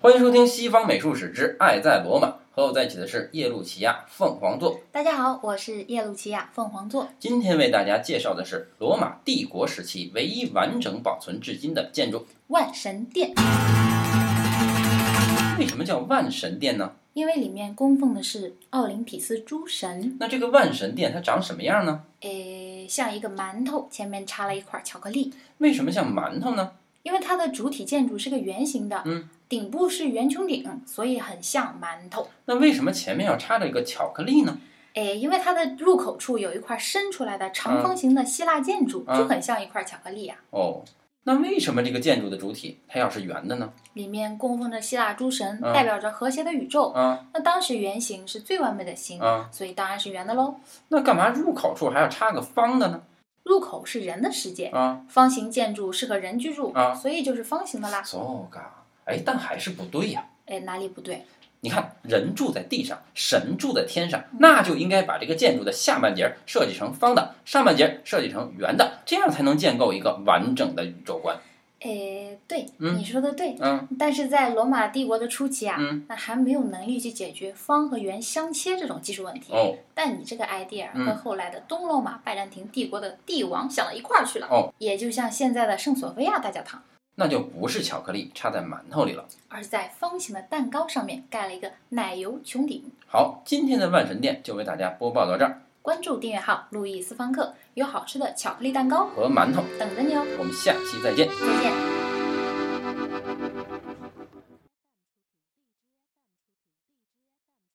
欢迎收听《西方美术史之爱在罗马》，和我在一起的是耶路齐亚凤凰座。大家好，我是耶路齐亚凤凰座。今天为大家介绍的是罗马帝国时期唯一完整保存至今的建筑。万神殿，为什么叫万神殿呢？因为里面供奉的是奥林匹斯诸神，那这个万神殿它长什么样呢？诶，像一个馒头，前面插了一块巧克力。为什么像馒头呢？因为它的主体建筑是个圆形的，嗯，顶部是圆穹顶，所以很像馒头。那为什么前面要插着一个巧克力呢？诶，因为它的入口处有一块伸出来的长方形的希腊建筑，嗯就很像一块巧克力啊。哦，那为什么这个建筑的主体它要是圆的呢？里面供奉着希腊诸神，嗯代表着和谐的宇宙。啊那当时圆形是最完美的形，啊，所以当然是圆的喽。那干嘛入口处还要插个方的呢？入口是人的世界，啊方形建筑适合人居住，啊所以就是方形的啦。 ，so ga，哎，但还是不对呀、哎，哪里不对？你看，人住在地上，神住在天上，那就应该把这个建筑的下半截儿设计成方的，上半截儿设计成圆的，这样才能建构一个完整的宇宙观。哎，对，嗯你说的对。嗯但是在罗马帝国的初期啊，嗯，那还没有能力去解决方和圆相切这种技术问题。哦，但你这个 idea 啊嗯和后来的东罗马拜占庭帝国的帝王想到一块儿去了。哦，也就像现在的圣索菲亚大教堂，那就不是巧克力插在馒头里了。而是在方形的蛋糕上面盖了一个奶油穹顶。好，今天的万神殿就为大家播报到这儿，关注订阅号“路易斯方克”，有好吃的巧克力蛋糕和馒头，等着你哦！我们下期再见。再见。